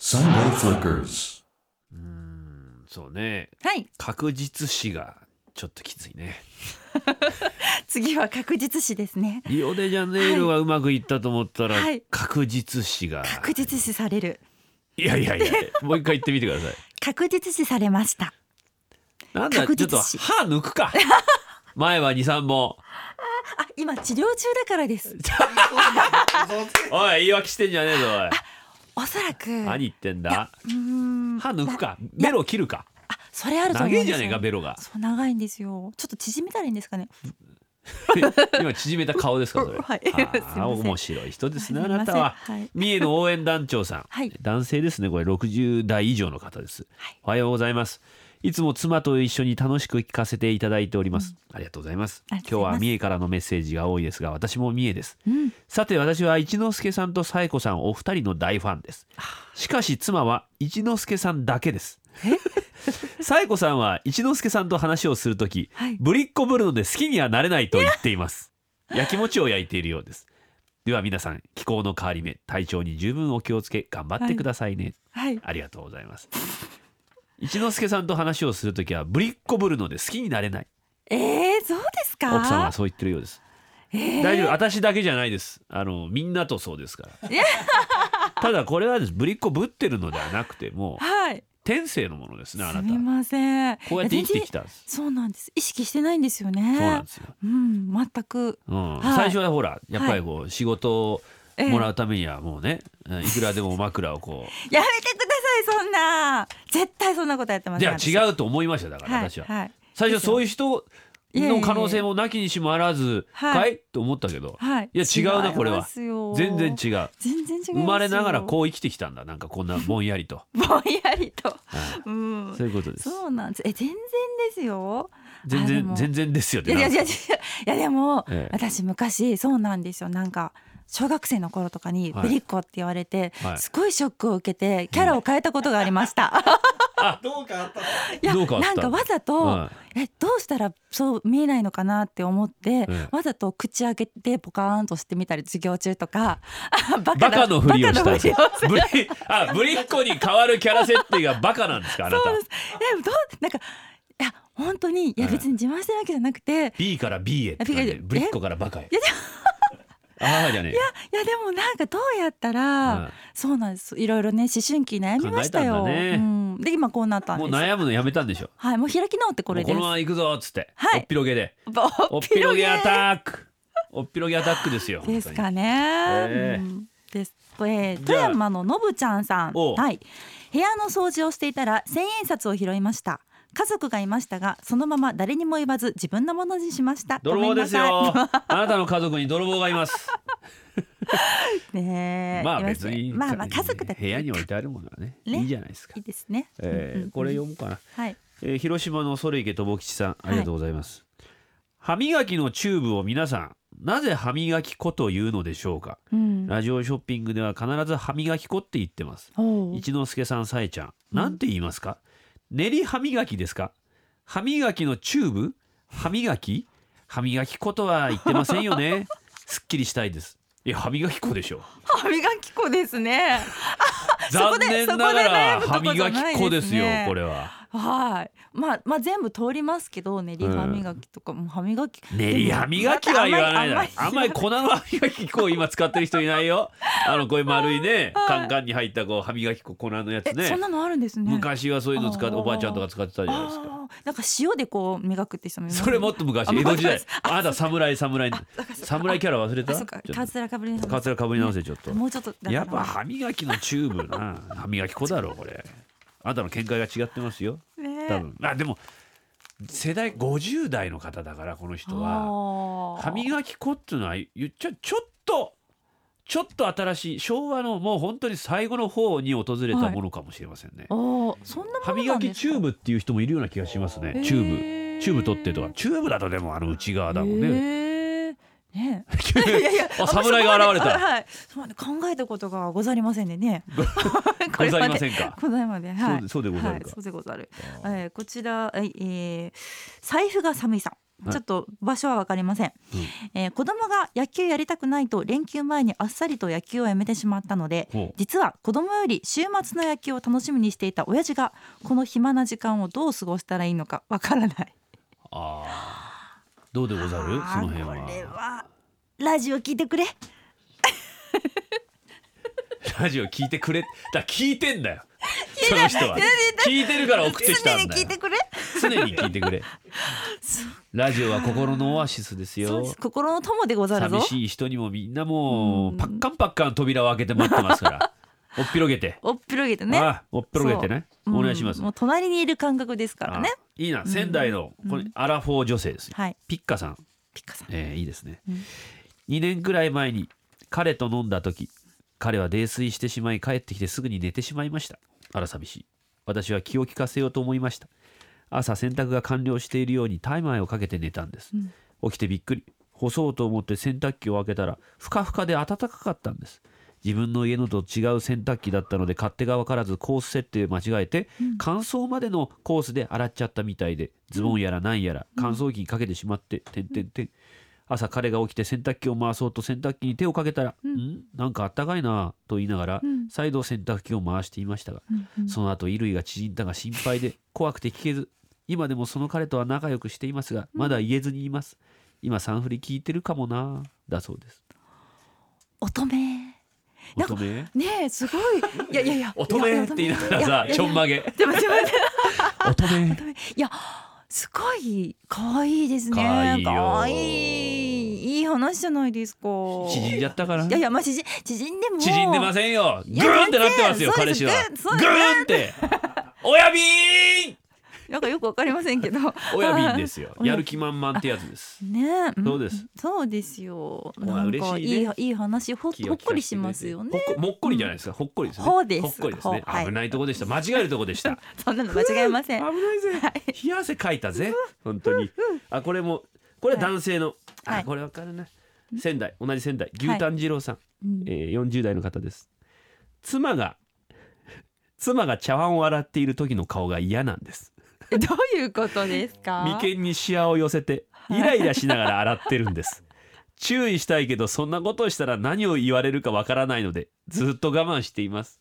Sunday Flickers. うーんそうねはい確実視がちょっときついね次は確実詞ですねリオデジャネイロはうまくいったと思ったら、はい確実視が確実視されるいやいやいやもう一回言ってみてく ださい確実視されましたなんだ確ちょ実っと視歯抜く か前は23本あ今治療中だからですおい言い訳してんじゃねえぞ おそらくおい 何言ってんいやだうーん歯抜くかベロ切るかあそれあると長思うんですえよんじゃねえかベロがそう長いんですよちょっと縮めたらいいんですかね 今縮めた顔ですかそれ はいすいませあんあ面白い人ですねあはいすいなませたんははい三重の応援団長さん、はい男性ですねこれ60代以上の方です、はいおはようございますいつも妻と一緒に楽しく聞かせていただいております、ありがとうございますあ今りが日とうございますは三重からのメッセージが多いですが私も三重ですうんさて私は一之輔さんと冴子さんお二人の大ファンですしかし妻は一之輔さんだけです 冴子さんは一之輔さんと話をするとき、はいぶりっこぶるので好きにはなれないと言っています焼き餅を焼いているようですでは皆さん気候の変わり目体調に十分お気をつけ頑張ってくださいね、はいありがとうございます一之輔さんと話をするときはぶりっこぶるので好きになれないえー、そうですか奥様はそう言ってるようです、大丈夫私だけじゃないですあのみんなとそうですから ただこれはですぶりっこぶってるのではなくてもうはい天性のものですねあすなたみませんこうやって生きてきたたんですそうなんです意識してないんですよねそうなんですよ、うん全くうんはい最初はほらやっぱりこう仕事をもらうためにはもうね、うんいくらでも枕をこやめてくださいそんな絶対そんなことや ってまうせでんは私違うと思いましただから、私は、はい最初そういう人の可能性もなきにしもあらずはいかいと思ったけど、はい、いや違うなこれは違いますよ全然違う全然違いますよ生まれながらこう生きてきたんだなんかこんなぼんやり と、ぼんやりと、はいうんそういうことですそうなんですえ全然ですよ全あで然も全然ですよいねやいやなんいやいやいやでも、ええ私昔そうなんですよなんか小学生の頃とかにはいぶりっ子って言われて、はいすごいショックを受けてキャラを変えたことがありました、いやどう変わったなんかわざと、はえどうしたらそう見えないのかなって思って、えわざと口開けてポカーンとしてみたり授業中とか ババカのふりをしたバカのんふりでをすぶりあぶりっ子に変わるキャラ設定がバカなんですかあなたそうです。いやどうなんかいや本当にいやうん別に自慢してるわけじゃなくて、 B から B へって感じでえぶりっ子からバカへいやああじゃねえいやでもなんかどうやったら、うんそうなんです。いろいろね思春期悩みましたよ。考えたうんん、で今こうなったんもでうす。悩むのやめたんでしょはいもう開き直ってこもれうでこすの。まま行くぞっつって、はいおっぴろげでおおっぴろげアタックおっぴろげアタックですよですかねね。ええうんです。えー、じ富ゃあ山ののぶちゃんさん。おうはい。部屋の掃除をしていたら千円札を拾いました。家族がいましたが、そのまま誰にも言わず自分のものにしました。泥棒ですごめんよなさいあなたの家族に泥棒がいますねえまあいす別にまあまあ家族だって部屋に置いてあるものはねねいいじゃないですかいいですね。えうんーうんこれ読むかなはい。えー広島のソレイケとぼきちさんありがとうございます、歯磨きのチューブを皆さんなぜ歯磨き粉というのでしょうかうん。ラジオショッピングでは必ず歯磨き粉って言ってますおう一之輔さんさえちゃんなんて言いますか、練り歯磨きですか歯磨きのチューブ歯磨き歯磨き粉とは言ってませんよ ねすっきりしたいですいや歯磨き粉でしょ歯磨き粉ですね。残そこで念ながらそ歯こで悩むとこじ磨ゃないき粉ですよですねこれははい。まあまあ全部通りますけど、練りうん歯磨きとかも歯磨き。練り歯磨きは言わないだろあんまり粉の歯磨き粉を今使ってる人いないよあのこういう丸い ねカンカンに入ったこう歯磨き粉粉のやつえ、そねんなのあるんですね。昔はそういうの使ってあーおばあちゃんとか使ってたじゃないですかあーなんか塩でこう磨くって人もいますねそれもっと昔あ江戸時代昔あなた侍侍だからそっか侍キャラ忘れあたそうちょかっとカツラかぶり直せカツラかぶり直せちょっともうちょっとだからやっぱ歯磨きのチューブな歯磨き粉だろこれあなたの見解が違ってますよね多分あでも世代50代の方だからこの人はは歯磨き粉っていうのは言っちゃちょっとちょっと新しい昭和のもう本当に最後の方に訪れたものかもしれませんね、おーそんなもの歯磨きチューブブっていう人もいるような気がしますね、チューブチューブ取ってとかチューブだとでもあの内側だもんね、ね ね急にいやいやあ侍が現れあた。はいそうね考えたことがござりませんでね こご れざまいまでせんか。ございまではいそうでそうでござるはいかそうでござるあーえーこちらはいえー財布が寒いさんはいちょっと場所は分かりません、えー子供が野球やりたくないと連休前にあっさりと野球をやめてしまったのでほう実は子供より週末の野球を楽しみにしていた親父がこの暇な時間をどう過ごしたらいいのかわからないあーどうでござるそのあー辺これははラジオ聞いてくれラジオ聞いてくれだから聞いてんだよその人は聞いてるから送ってきたんだ常に聞いよてくれ常に聞いてくれラジオは心のオアシスですそうでよす心の友でござるぞ寂しい人にもみんなもううんパッカンパッカン扉を開けて待ってますから おっぴろげて、おっぴろげてねああおっぴろげてねうんお願いしますもう隣にいる感覚ですからねあいいな仙台のこれアラフォー女性ですよはいピッカさんピッカさんえーいいですね、うん2年くらい前に彼と飲んだ時彼は泥酔してしまい帰ってきてすぐに寝てしまいましたあら寂しい私は気を利かせようと思いました朝洗濯が完了しているようにタイマーをかけて寝たんです、うん起きてびっくり干そうと思って洗濯機を開けたらふかふかで暖かかったんです自分の家のと違う洗濯機だったので勝手が分からずコース設定間違えて、乾燥までのコースで洗っちゃったみたいでズボンやら何やら乾燥機にかけてしまって、てんてんてん朝彼が起きて洗濯機を回そうと洗濯機に手をかけたら「んなんかあったかいな」と言いながら、うん再度洗濯機を回していましたが、その後衣類が縮んだが心配で怖くて聞けず今でもその彼とは仲良くしていますがまだ言えずにいます、今サンフリ聞いてるかもなだそうです乙女ねなん乙か女えすごいいやいやいや 乙女って言いながらさちょんままげでもでもでも乙女いやすごい可愛いですね可愛いよ可愛いいい話じゃないですか縮んじゃったからいやいやまあ縮縮んでも縮んでませせんよいグやーンってなってますよ全然彼氏はそうですグそうですーンって親ビーンんなんかよくわかりませんけど親ビーンですよはいやる気満々ってやつです ねえんそうですそうですよまあなんか嬉しいいいねいい話ほ気ほをっこりしますよね利かせてくれてほっこもっこりじゃないですかほっこりですねほうですほっこりですねほうはい危ないとこでした間違えるとこでしたそんなの 間違いま せん危ないぜ、冷や汗かいたぜ本当にあこれもこれは男性の、はいあこれわかるな仙台同じ仙台牛タン二郎さん、うんえー、40代の方です妻が妻が茶碗を洗っている時の顔が嫌なんですえどういうことですか眉間にシワを寄せてイライラしながら洗ってるんです注意したいけどそんなことをしたら何を言われるかわからないのでずっと我慢しています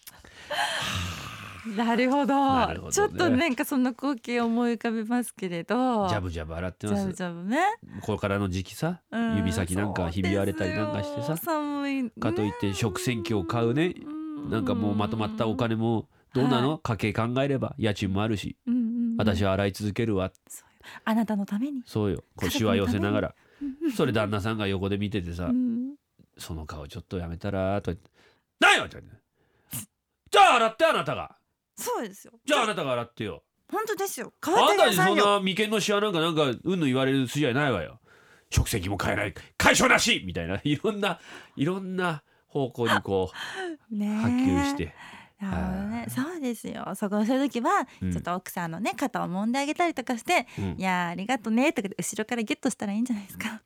なるほどなるほどねちょっとなんかそんな光景を思い浮かべますけれどジャブジャブ洗ってジャまブすジャブね、これからの時期さうん指先なんかひび割れたりなんかしてそうさですよ寒いねかといって食洗機を買うねうんなんかもうまとまったお金もどうなの、家計考えれば家賃もあるしうんうんうん私は洗い続けるわあなたのために、そうよこう家し族のわため寄せなが らうんそれ旦那さんが横で見ててさうん「その顔ちょっとやめたら」とか言って「何よ!」って言ってじゃあ洗ってあなたがそうですよじゃああなたが洗ってよ本当ですよ変わっあてんくただにそさいんよな眉間のシワなんかなんかうんぬん言われる筋合いないわよ食洗機も買えない解消なしみたいないろんないろんな方向にこねうえ波及して、なるほどねあーそうですよそこそういう時はうんちょっと奥さんのね肩を揉んであげたりとかして、うんいやーありがとねとかで後ろからゲットしたらいいんじゃないですか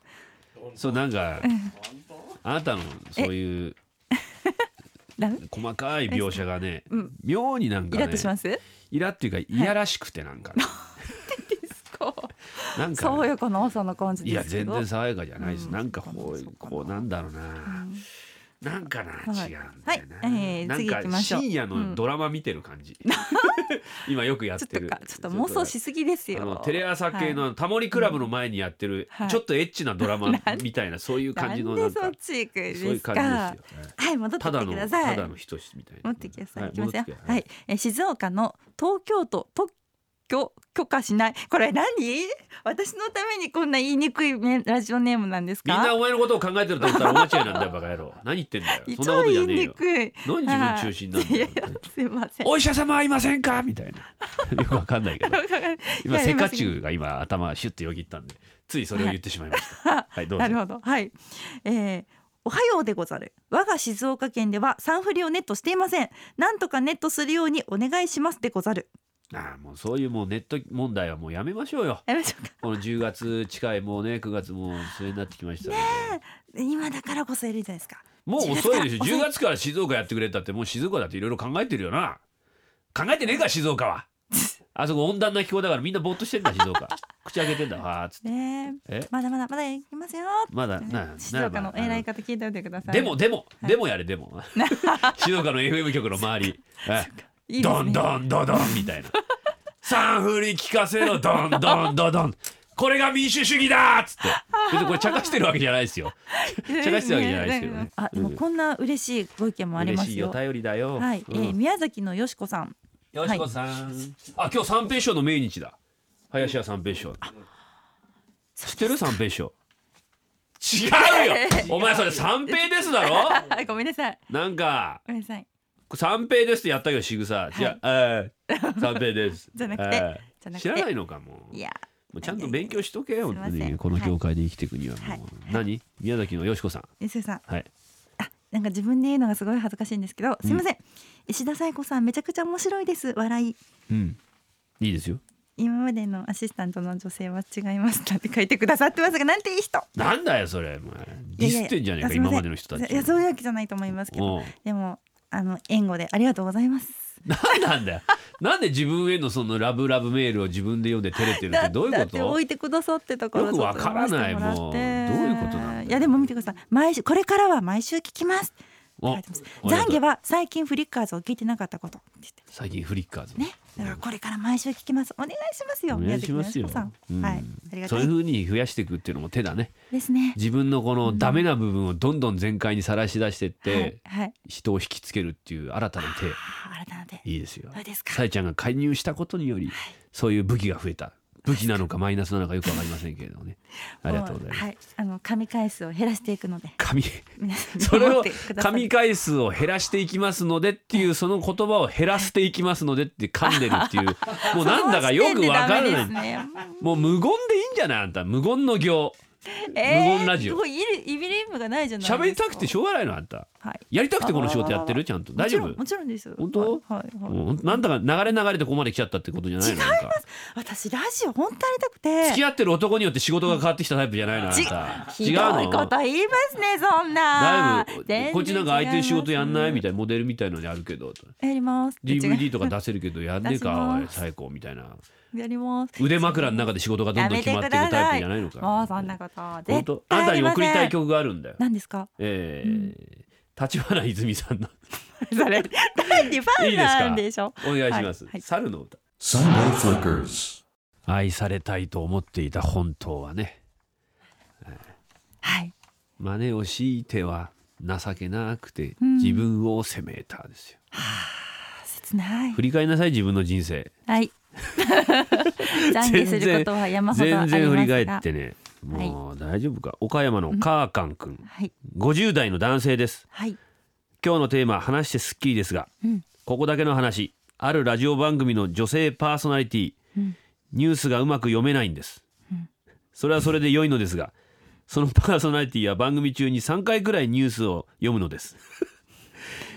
そうなんかあなたのそういうダメ細かい描写がね、うん妙になんかイねラッとしますイラっていうかいやらしくてなんか、ねなんかね、そうよこのその感じいでやすけ全ど然爽やかじゃないです、うんなんかこそううかなこうなんだろうな、なんかな、はい違うんだよな、はいえーなん次行かきましょう深夜うんのドラマ見てる感じ、 今よくやっちょってとるかちょっと妄想しすぎですあよのテレ朝系の、タモリクラブの前にやってる、はいちょっとエッチなドラ マみたいなそういうはい感じのななんんでかそっち行くんそうでいうすか感じですよ、はいはい戻ってただきてのくたださいだの人志みたいな持ってきてください、はいい、きます戻よってきてはい、え静岡の東京都特許許可しないこれ何私のためにこんな言いにくいねラジオネームなんですみんかなお前のことを考えてると思ったら大間違いなんだよバカ野 郎何言ってんだよそんなこ超とじ言ゃいねえによくい何自分中心なんだ いやよいやすいませんお医者様いませんかみたいな よくわかんないけど今いやセカチュウが今頭シュッとよぎったんでついそれを言ってしまいましたはいどうぞなるほどはい、えーおはようでござる我が静岡県では産婦りをネットしていませんなんとかネットするようにお願いしますでござるああもうそういうもうネット問題はもうやめましょうよやめましょうかこの10月近いもうね9月も末になってきましたので今だからこそやるじゃないですかもう遅いでしょ10 10月から静岡やってくれたってもう静岡だっていろいろ考えてるよな考えてねえか静岡はあそこ温暖な気候だからみんなぼーっとしてんだ静岡口開けてんだわーっつってねえまだまだまだいきますよまだねな静岡のな偉い方聞いておいてくださいでもでも、はいでもやれで も静岡の FM 局の周りはいいいですどねんどんどどんみたい な「サンフリ聞かせろどんどんどどん」これが民主主義だっつって別にこれ茶化してるわけじゃないですよ茶化してるわけじゃないですけどねあでもこんな嬉しいご意見もありま嬉すしいおよ便りだよ、はい、えうんー宮崎のよしこさん よしこさん、あ今日三平賞の命日だ林家三平賞知ってる三平賞違うよお前それ三平ですだろあごめんなさいなんかごめんなさい三平ですってやったよ仕草じゃあ、えー三平です じゃなくてえーじゃなく知てらないのかもういやもうちゃんと勉強しとけよいやいや本当すいませにんこの業界で生きていくにはもう、はい何宮崎のよしこさんよしこさんはいなんか自分で言うのがすごい恥ずかしいんですけど、すいません石田紗友子さんめちゃくちゃ面白いです笑いうんいいですよ今までのアシスタントの女性は違いましたって書いてくださってますがなんていい人なんだよそれお前ディスってんじゃねえかいやいや今までの人たちいやそういうわけじゃないと思いますけどおうでもあの援護でありがとうございますなんなん だよ。なんで自分へのそのラブラブメールを自分で読んで照れてるってどういうだこって置と？いてくださってたからよくわからないちょっと読ませてもうどういうもらってことなんだよいやでも見てください毎週これからは毎週聞きますってお書いてます懺悔は最近フリッカーズを聞いてなかったことって言って最近フリッカーズ。ねだからこれから毎週聞きますお願いしますよお願いします宮崎美よ子さん、。うんはいありがそうたいうい風に増やしていくっていうのも手だね。ですね自分のこのダメな部分をどんどん全開にさらし出してってはい、はい、人を引きつけるっていう新たなあ新たなで手。いいですよそう。ですかさえちゃんが介入したことによりそういう武器が増えた。武器なのかマイナスなのかよくわかりませんけれどもね。ありがとうございます。はい、あの紙回数を減らしていくので、 紙皆さ んそれ守をってください紙回数を減らしていきますのでっていうその言葉を減らしていきますのでって噛んでるっていうもうなんだかよくわからなその時い点でダメですねもう無言でいいんじゃないあんた無言の行無言ラジオえーすごいイビイビリームがないじゃないですか。喋りたくてしょうがないのあんたはい。やりたくてこの仕事やってるちゃんと大丈もちろんも夫ちろんですよ。本当はいはい、はいもうなんだか流れ流れでここまで来ちゃったってことじゃないのなんか私ラジオ本当やりたくて。付き合ってる男によって仕事が変わってきたタイプじゃないのあんたひどいこと言いますねそんだな。い全ぶ然こっちなんか相手仕事やんないみたたいなモデルみたいのであるけどいな。やります。 DVD とか違出せるけどやんねえ出しかますおい最高みたいなう。やります。腕枕の中で仕事がどんどん決まっていくタイプじゃないのか。もうそんなこと本絶当対あんたにませ送んりたい曲があるんだよ。何で すかえー、立花泉さんのそれ単にファンなんでしょお願いします。はいはい猿の歌。 Sunday Flickers. 愛されたいと思っていた本当はね、はい真似を強いては情けなくてうん自分を責めたですよ。切ない振り返りなさい自分の人生。はい。懺悔することは山ほどありま全すが。然振り返ってね。もう大丈夫か。岡山のカーカン君、はい50代の男性です。はい。今日のテーマ話してスッキリですが、うんここだけの話あるラジオ番組の女性パーソナリティ、うんニュースがうまく読めないんです、うんそれはそれで良いのですがそのパーソナリティは番組中に3回くらいニュースを読むのです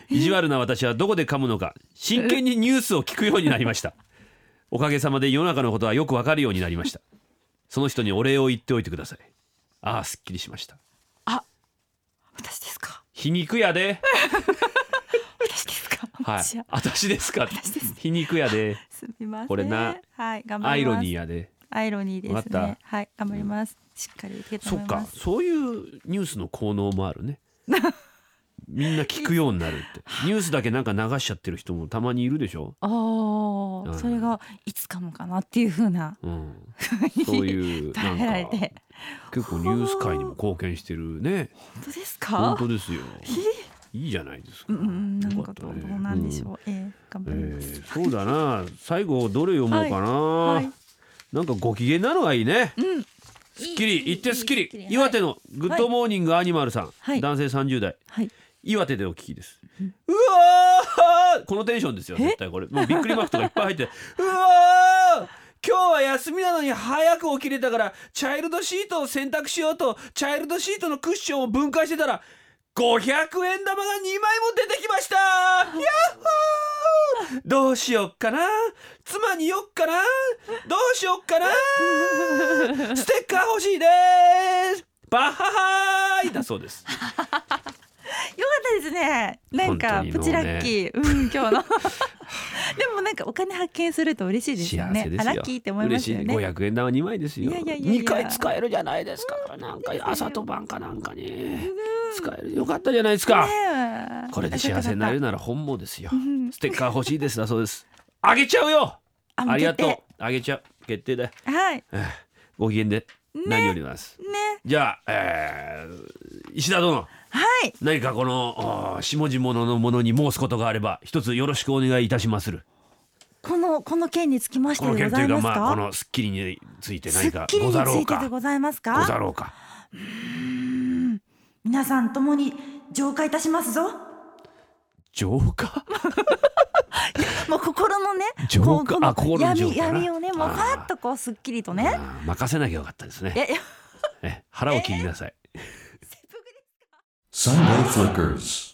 意地悪な私はどこで噛むのか真剣にニュースを聞くようになりましたおかげさまで世の中のことはよくわかるようになりましたその人にお礼を言っておいてくださいああすっきりしました私ですか。皮肉やで私ですか。はい私。私ですか。私です皮肉やで、すみません。これなはい頑張りまアイロす。ニーー。やで。アイロニーでわすかっね。はい頑張ります。しっかり受けそ止めっかま、す。そういうニュースの効能もあ るね。みんな聞くようになるって、ニュースだけなんか流しちゃってる人もたまにいるでしょ。あうあんそれがいつかもかなっていう風なうん、そう いうな捉んえられかて。結構ニュース界にも貢献してるね。本当です本か。当ですよ。いいじゃないですか。うんうんなんよかったどうねなんでしょう。ええ頑張りえます。ーそうだな最後どれ読もうかな、はいはいなんかご機嫌なのがいいね、すっきり言ってすっきり岩手のグッドモーニングアニマルさん、はい男性30代はい。岩手でお聞きです、うわーこのテンションですよえ絶対これもうびっくりマークとかいっぱい入ってうわー今日は休みなのに早く起きれたからチャイルドシートを洗濯しようとチャイルドシートのクッションを分解してたら500円玉が2枚も出てきましたやっほーどうしよっかな妻によっかなどうしよっかなステッカー欲しいですバッハハーイだそうですよかったですね。なんか本当にもうね プチラッキー。うん今日の。でもなんかお金発見すると嬉しいですよ幸ねせですよあラッキーって思いますよね嬉しい五百円玉二枚ですよいやいやいやいや二回使えるじゃないですかなんか朝と晩かなんかに使えるよかったじゃないですか、ねえこれで幸せになれるなら本望ですよんステッカー欲しいですだそうですあげちゃうよあありがと決うあげちゃう決定だよ定はいねご機嫌で何よります、じゃあ、えー石田殿はい何かこのあー下々のものに申すことがあれば一つよろしくお願いいたしまするこのこの件につきましてこのでご件とざいいうかますまあこかのスッキリについてす何っかきりごにつざろういてでかございますござかろうか皆さんともに浄化いたしますぞ浄化もう心のね浄こう化このあ心の浄闇化な闇をねもうあーパッとこうすっきりとあねー任せなきゃよかったですいねやいやえ腹を切りなさい、 Sunday Flickers.